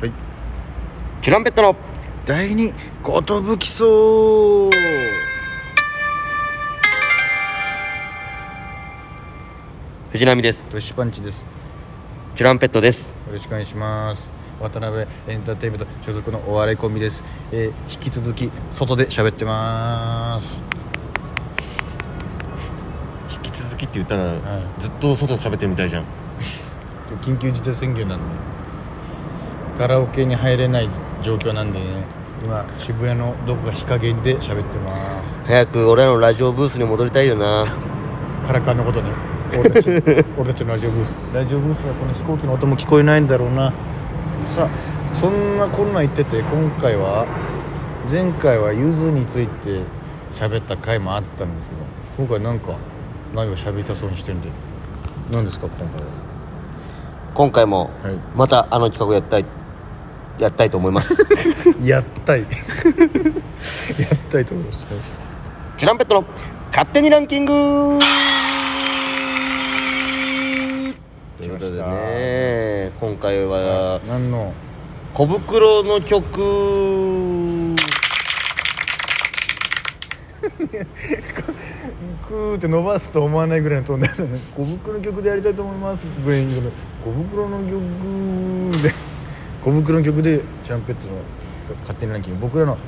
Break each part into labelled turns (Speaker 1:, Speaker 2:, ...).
Speaker 1: はい
Speaker 2: チュランペットの
Speaker 1: 第二ことぶきそう
Speaker 2: 藤波です
Speaker 1: トシパンチです
Speaker 2: チュランペットです
Speaker 1: よろしくお願いします渡辺エンターテインメント所属のお笑いコンビです、えー引き続き外で喋ってます
Speaker 2: 引き続きって言ったら、
Speaker 1: は
Speaker 2: ずっと外喋ってるみたいじゃん
Speaker 1: 今日緊急事態宣言なのでカラオケに入れない状況なんでね今渋谷のどこか日陰で喋ってます
Speaker 2: 早く俺らのラジオブースに戻りたいよな
Speaker 1: カラカンの ことね俺たち俺たちのラジオブースラジオブースはこの飛行機の音も聞こえないんだろうなさあそんなこんな言ってて今回は前回はゆずについて喋った回もあったんですけど今回なんか何を喋りたそうにしてるんで何ですか今回は
Speaker 2: 今回も、
Speaker 1: はい
Speaker 2: またあの企画やったいやったいと思います
Speaker 1: やったい やったいと思います
Speaker 2: チュランペットの勝手にランキングということでね今回は
Speaker 1: 何の
Speaker 2: 小袋の曲
Speaker 1: クーって伸ばすと思わないぐらいの飛んだよね 「小袋の曲でやりたいと思います」ってぐらいに小袋の曲で 小袋の曲でチャンペットの勝手にランキング僕らの好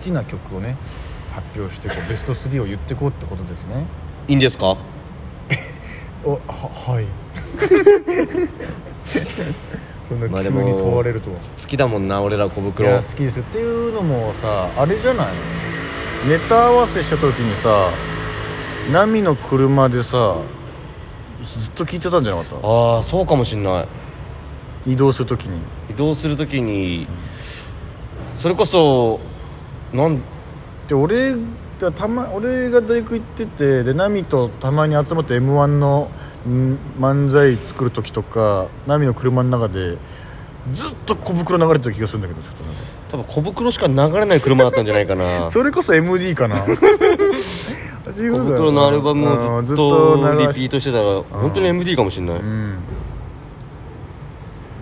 Speaker 1: きな曲をね発表してこうベスト3を言ってこうってことですね
Speaker 2: いいんですか
Speaker 1: おははい そん
Speaker 2: まあ
Speaker 1: な
Speaker 2: で
Speaker 1: 急
Speaker 2: も
Speaker 1: に問われるとは、
Speaker 2: 好きだもんな俺ら小
Speaker 1: い
Speaker 2: 袋
Speaker 1: や好きですよっていうのもさあれじゃないネタ合わせした時にさナミの車でさずっと聞いてたんじゃなかった
Speaker 2: ああそうかもしんない
Speaker 1: 移動する時に
Speaker 2: 移動するときにそれこそなん
Speaker 1: で俺がた、ま、俺が大学行っててでナミとたまに集まって m 1のん漫才作る時とかナミの車の中でずっと小袋流れてた気がするんだけどちょっとなんか
Speaker 2: 多分小袋しか流れない車だったんじゃないかな
Speaker 1: それこそ MD かな小
Speaker 2: 小袋のアルバムをずっとリピートしてたら本当に MD かもしんない、
Speaker 1: う
Speaker 2: っ
Speaker 1: ん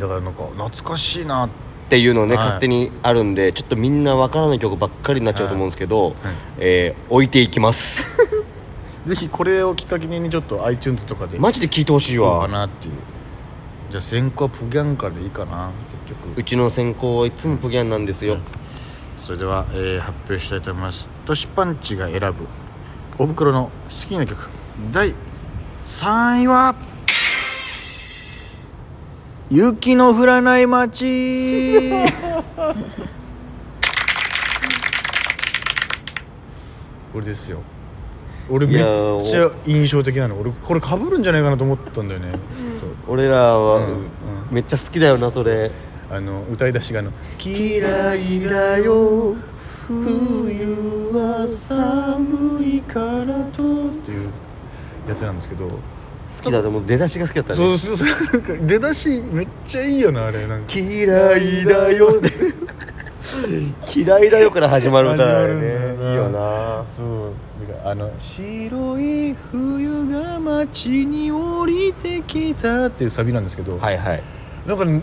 Speaker 1: だからなんか懐かしいな
Speaker 2: ていうのをね、
Speaker 1: はい
Speaker 2: 勝手にあるんでちょっとみんなわからない曲ばっかりになっちゃうと思うんですけど、えー置いていきます
Speaker 1: ぜひこれをきっかけにちょっと iTunes とかで
Speaker 2: マジで聴いてほしい
Speaker 1: そうか
Speaker 2: わ
Speaker 1: なっていうじゃあ先行はプギャンからでいいかな結
Speaker 2: う
Speaker 1: 局
Speaker 2: ちの先行はいつもプギャンなんですよ、
Speaker 1: それでは、えー発表したいと思いますトシパンチが選ぶ小袋の好きな曲第3位は雪の降らない街 これですよ俺め
Speaker 2: い
Speaker 1: っ
Speaker 2: やー
Speaker 1: ちゃ印象的なの俺これかぶるんじゃないかなと思ったんだ よね
Speaker 2: 俺らは、
Speaker 1: うん
Speaker 2: めっちゃ好きだよなそれ
Speaker 1: あの歌い出しがあの「嫌いだよ冬は寒いからと」っていうやつなんですけど
Speaker 2: 好きだでも出だしが好きだったね
Speaker 1: そうそうそうなんか出だしめっちゃいいよなあれなんか
Speaker 2: 嫌いだよ 嫌いだよから始まる歌だよ
Speaker 1: 始まる
Speaker 2: ね
Speaker 1: んだ
Speaker 2: いい
Speaker 1: よ
Speaker 2: よな
Speaker 1: そうだからあの「白い冬が街に降りてきた」っていうサビなんですけど、
Speaker 2: はいはい
Speaker 1: なんかね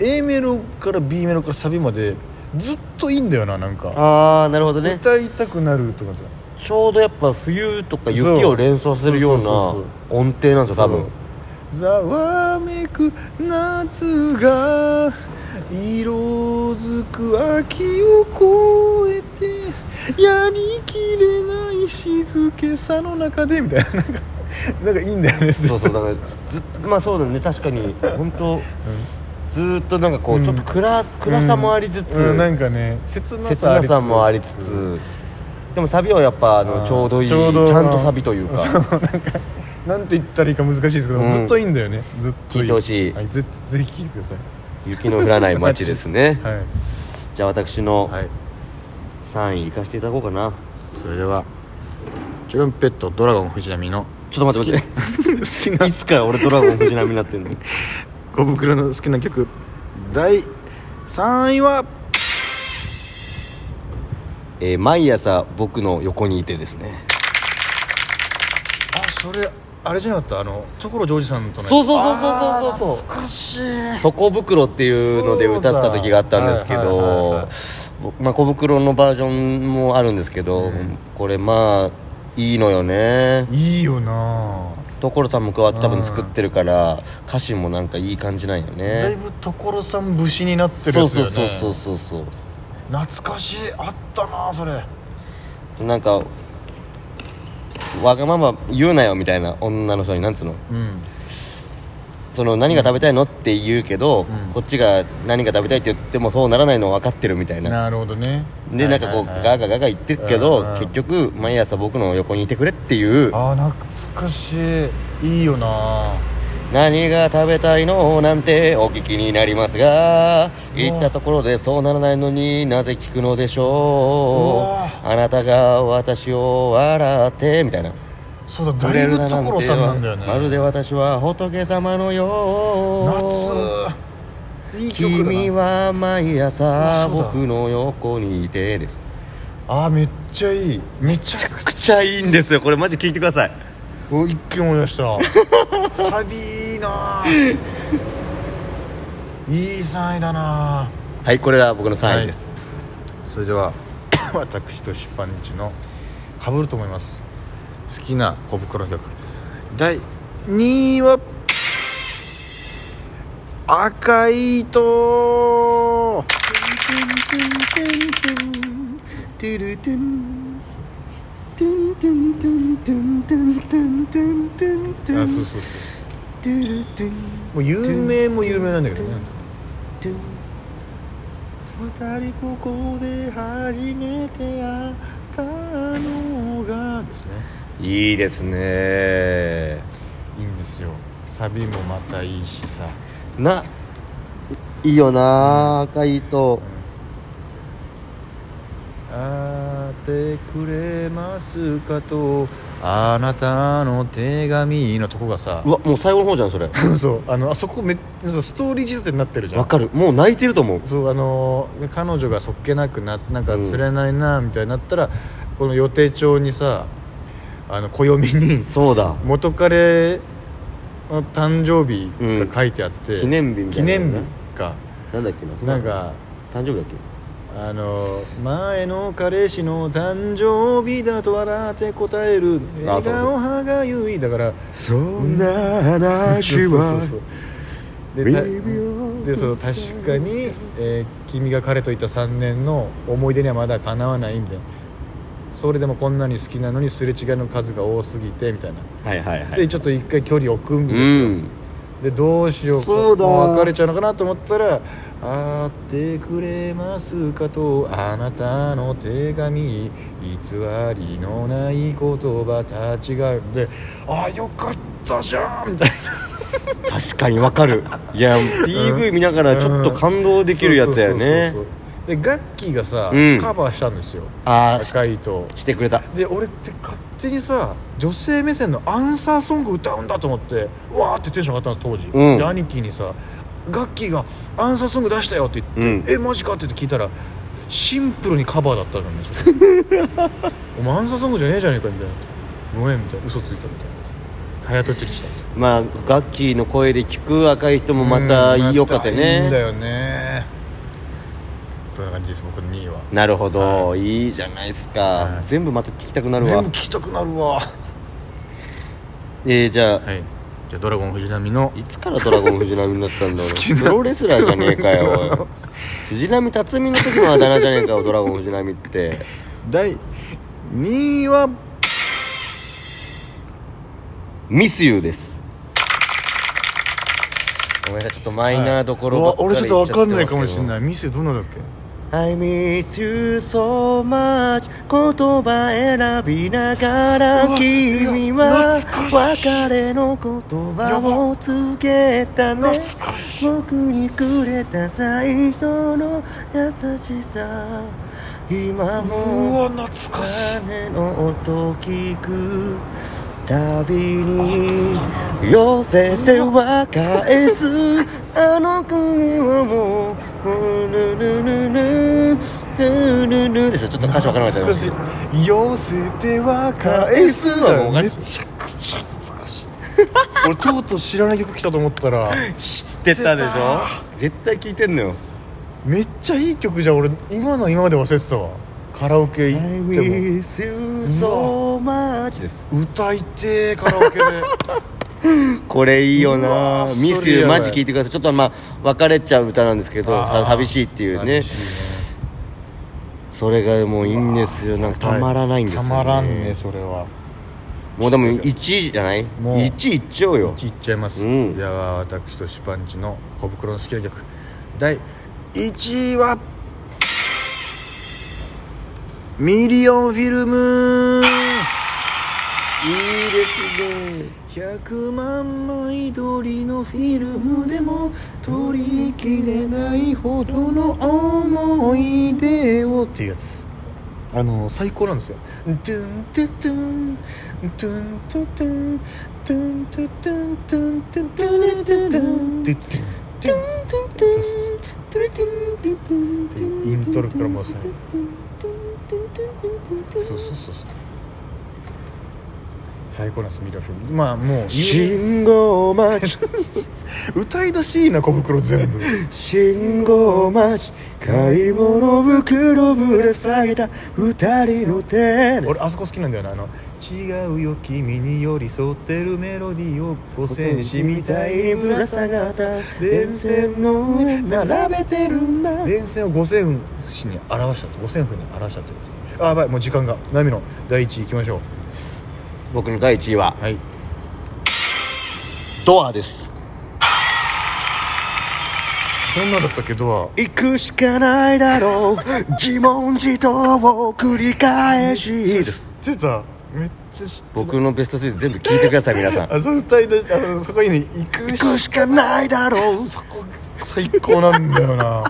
Speaker 1: A メロから B メロからサビまでずっといいんだよななんか
Speaker 2: ああなるほどね
Speaker 1: 歌いたくなるとかじゃない
Speaker 2: ちょうどやっぱ冬とか雪
Speaker 1: そ
Speaker 2: を
Speaker 1: う
Speaker 2: 連想するような
Speaker 1: そうそう
Speaker 2: 音程なんですよ多分
Speaker 1: そうざわめく夏が色づく秋を越えてやりきれない静けさの中でみたいななんか なんかいいんだよねず
Speaker 2: そ
Speaker 1: っと
Speaker 2: うそうだからずっとまあそうだね確かに本当ずーっとなんかこ
Speaker 1: う
Speaker 2: うんちょっと暗暗さもありつつ
Speaker 1: うんなんかね切な
Speaker 2: 切
Speaker 1: さあ
Speaker 2: な
Speaker 1: りつつ
Speaker 2: さもありつつでもサビはやっぱあの
Speaker 1: あー
Speaker 2: ちょうどいいち
Speaker 1: ちょうど
Speaker 2: ゃんとサビという
Speaker 1: そ
Speaker 2: か
Speaker 1: うなんかなんて言ったらいいか難しいですけど、
Speaker 2: うん
Speaker 1: ずっといいんだよねずっといい
Speaker 2: 聞いてほしい
Speaker 1: はい、ぜぜひ聞いてくださ
Speaker 2: 雪の降らない街ですね
Speaker 1: い はい、
Speaker 2: じゃあ私の
Speaker 1: はい、
Speaker 2: 3位いかしていただこうかな
Speaker 1: それではチュルンペットドラゴン藤波の
Speaker 2: ちょっと待って待
Speaker 1: って好きない
Speaker 2: つから俺ドラゴン藤波になってん の
Speaker 1: 小袋の好きな曲第3位は
Speaker 2: えー毎朝僕の横にいてですね
Speaker 1: あそれあれじゃなかったあの所ジョージさんとの
Speaker 2: そうそうそうそうそうそうそう
Speaker 1: あー懐かしい
Speaker 2: トコ袋っていうので歌ってた時があったんですけ
Speaker 1: そうだはいはいはいは
Speaker 2: ど
Speaker 1: い
Speaker 2: 僕まあ小袋のバージョンもあるんですけど、これまあいいのよね
Speaker 1: いいよな
Speaker 2: 所さんも加わって多分作ってるから歌詞もなんかいい感じなんよ
Speaker 1: だい
Speaker 2: ね
Speaker 1: ぶ所さん節になってる
Speaker 2: そ
Speaker 1: や
Speaker 2: う
Speaker 1: つだ
Speaker 2: そう
Speaker 1: よね
Speaker 2: そうそうそうそう
Speaker 1: 懐かしいあったなそれ
Speaker 2: なんかわがまま言うなよみたいな女の人になんつうの
Speaker 1: うん
Speaker 2: その何が食べたいのって言うけど、
Speaker 1: ん
Speaker 2: こっちが何が食べたいって言ってもそうならないの分かってるみたいな
Speaker 1: なるほどね
Speaker 2: でなんかこう
Speaker 1: はいはいは
Speaker 2: ガー
Speaker 1: い
Speaker 2: ガーガーガー言ってるけ
Speaker 1: うんう
Speaker 2: ど
Speaker 1: ん
Speaker 2: 結局毎朝僕の横にいてくれっていう
Speaker 1: あー懐かしいいいよな
Speaker 2: 何が食べたいのなんてお聞きになりますが言ったところでそうならないのになぜ聞くのでしょ
Speaker 1: うわ
Speaker 2: うあなたが私を笑ってみたいな
Speaker 1: そうだだいぶ所さんなんだよね
Speaker 2: まるで私は仏様のよう
Speaker 1: 夏いい曲だ
Speaker 2: 君
Speaker 1: な
Speaker 2: は毎朝
Speaker 1: あそうだ
Speaker 2: 僕の横にいてです
Speaker 1: あーめっちゃいいめちゃ
Speaker 2: めちゃくちゃいいんですよこれマジ聞いてください
Speaker 1: お一気に思い出したサビいいないい3位だな
Speaker 2: はいこれが僕の3位です、
Speaker 1: それでは私と出版日のかぶると思います好きな小袋の曲第2位は赤い糸あそうそうそうもう有名も有名なんだけどね
Speaker 2: 二人ここで初めて会ったのが
Speaker 1: ですね
Speaker 2: いいですね
Speaker 1: いいんですよサビもまたいいしさ
Speaker 2: ないいいよな赤い糸
Speaker 1: 会ってくれますかとあなたの手紙のとこがさ
Speaker 2: うわもう最後の方じゃんそ れ
Speaker 1: そうあのあそこめそうストーリー仕立てになってるじゃ
Speaker 2: わ
Speaker 1: ん
Speaker 2: かるもう泣いてると思う
Speaker 1: そうあのー彼女がそっけなくななんか
Speaker 2: うん
Speaker 1: 釣れないなみたいになったら、この予定帳にさあの暦に
Speaker 2: そうだ
Speaker 1: 元彼の誕生日が書いてあって、
Speaker 2: 記念日みた
Speaker 1: 記
Speaker 2: いな
Speaker 1: 念日か
Speaker 2: なんだっけな
Speaker 1: なんか
Speaker 2: 誕生日だっけ
Speaker 1: あの前の彼氏の誕生日だと笑って答える
Speaker 2: あ
Speaker 1: 笑
Speaker 2: そうそう
Speaker 1: 顔歯がゆいだから
Speaker 2: そんな話
Speaker 1: そう
Speaker 2: は
Speaker 1: そうそうでた
Speaker 2: 微妙
Speaker 1: でその確かに、えー君が彼といた3年の思い出にはまだかなわないみたいなそれでもこんなに好きなのにすれ違いの数が多すぎてみたいな
Speaker 2: はいはいは
Speaker 1: で
Speaker 2: い
Speaker 1: ちょっと一回距離置くんです
Speaker 2: う
Speaker 1: よ、
Speaker 2: ん
Speaker 1: でどうしようか
Speaker 2: そうだ
Speaker 1: もう別れちゃうのかなと思ったら「会ってくれますかとあなたの手紙偽りのない言葉たちが」で「あよかったじゃん」みたいな
Speaker 2: 確かにわかるいや PV 見ながらちょっと感動できるやつやよね
Speaker 1: そうそうそうそうで楽器がさ、
Speaker 2: うん
Speaker 1: カバーしたんですよ
Speaker 2: ああし
Speaker 1: 赤い糸
Speaker 2: してくれた
Speaker 1: で俺って勝手にさ女性目線のアンサーソング歌うんだと思ってわーってテンション上がったんです当時、
Speaker 2: うん
Speaker 1: で兄貴にさ「ガッキーがアンサーソング出したよ」って言って「
Speaker 2: うん
Speaker 1: えマジか?」って言って聞いたらシンプルにカバーだったのねそ れお前アンサーソングじゃねえじゃねえかみたいな「ごめん」みたいな嘘ついたみたいな早とちりした
Speaker 2: まあガッキーの声で聞く赤い人もまた
Speaker 1: うん
Speaker 2: 良かった
Speaker 1: まいいんだ
Speaker 2: ね
Speaker 1: よねこんな感じです僕の2位は
Speaker 2: なるほどいいじゃないですか
Speaker 1: はい
Speaker 2: 全部また聞きたくなる
Speaker 1: 全
Speaker 2: わ
Speaker 1: 部聞きたくなるわ
Speaker 2: えーじゃあ
Speaker 1: はいじゃあドラゴン藤波の
Speaker 2: いつからドラゴン藤波になったんだろ
Speaker 1: 好き
Speaker 2: う
Speaker 1: な
Speaker 2: プロレスラーじゃねえかよおい藤波辰巳の時のあだ名じゃねえかよドラゴン藤波って
Speaker 1: 第2位は
Speaker 2: ミスユー ですごめんなさいちょっとマイナーどころばっかり
Speaker 1: 俺ちょっと分かんないかもしれないいミスどんなだっけ
Speaker 2: I miss you so much 言葉選びなが
Speaker 1: う
Speaker 2: ら
Speaker 1: わ
Speaker 2: 君
Speaker 1: いや
Speaker 2: は
Speaker 1: 懐かしい
Speaker 2: 別れの言葉をつけたね
Speaker 1: 懐かしい
Speaker 2: 僕にくれた最初の優しさ今
Speaker 1: う
Speaker 2: も
Speaker 1: わ懐かしい
Speaker 2: 鐘の音聞くたびに寄せては返すあの声はもうルルルルルルルですよちょっと歌詞わからなかったで
Speaker 1: 懐か
Speaker 2: す
Speaker 1: しい寄せては返す
Speaker 2: 返すわもう
Speaker 1: めちゃくちゃ懐かしい俺とうとう知らない曲来たと思ったら
Speaker 2: 知ってたでし
Speaker 1: 知
Speaker 2: ょ
Speaker 1: っ
Speaker 2: 絶対聞いてんのよ
Speaker 1: めっちゃいい曲じゃん俺今の今まで忘れてたわカラオケ
Speaker 2: I
Speaker 1: 行って
Speaker 2: miss you so much です
Speaker 1: も歌いてえカラオケで
Speaker 2: これいいよ
Speaker 1: う
Speaker 2: な
Speaker 1: わー
Speaker 2: ミス
Speaker 1: それ
Speaker 2: ユ
Speaker 1: やば
Speaker 2: マ
Speaker 1: い
Speaker 2: ジ聞いてくださいちょっとまあ別れちゃう歌なんですけど
Speaker 1: あ
Speaker 2: さ
Speaker 1: ー
Speaker 2: 寂しいっていうね
Speaker 1: 寂しいね
Speaker 2: それがもういいんですよなんかたまらないんですよ、ね、
Speaker 1: たまらんねそれは
Speaker 2: もうでも1位じゃない
Speaker 1: もう
Speaker 2: ?1 位いっちゃおうよ
Speaker 1: ちっちゃいます、
Speaker 2: うん
Speaker 1: では私とシパンチの小袋の好きな曲第1位はミリオンフィルム
Speaker 2: いいですね
Speaker 1: 100万枚撮りのフィルムでも撮りきれないほどの思い出をっていうやつあの最高なんですよ「ドゥンドゥドゥンドゥンドゥドゥンドゥンドゥドゥンドゥンドゥドゥドゥドゥンドゥドゥンドゥンドゥドゥンっていうイントロからもうさそうそうそうそう最高なんですミラフィルムまあもう
Speaker 2: 信号待 ち
Speaker 1: 歌い出しいいな小袋全部
Speaker 2: 信号待ち買い物袋ぶら下げた二人の手で
Speaker 1: 俺あそこ好きなんだよなあの「違うよ君に寄り添ってるメロディーを五戦士みたいにぶら下がった電線の上並べてるんだ」電線を五線士に表したと五線譜に表したってことあやばいもう時間がナミの第一位いきましょ
Speaker 2: 僕の第1位は
Speaker 1: うはい
Speaker 2: ドアです
Speaker 1: どんなだったっけド
Speaker 2: 行くしかないだろう自問自答を繰り返しです
Speaker 1: ア知ってためっちゃ知って
Speaker 2: 僕のベストシリーズ全部聞いてください皆さん
Speaker 1: あそれ歌い出しあのそこにね行く
Speaker 2: 行くしかないだろう
Speaker 1: 最高なんだよな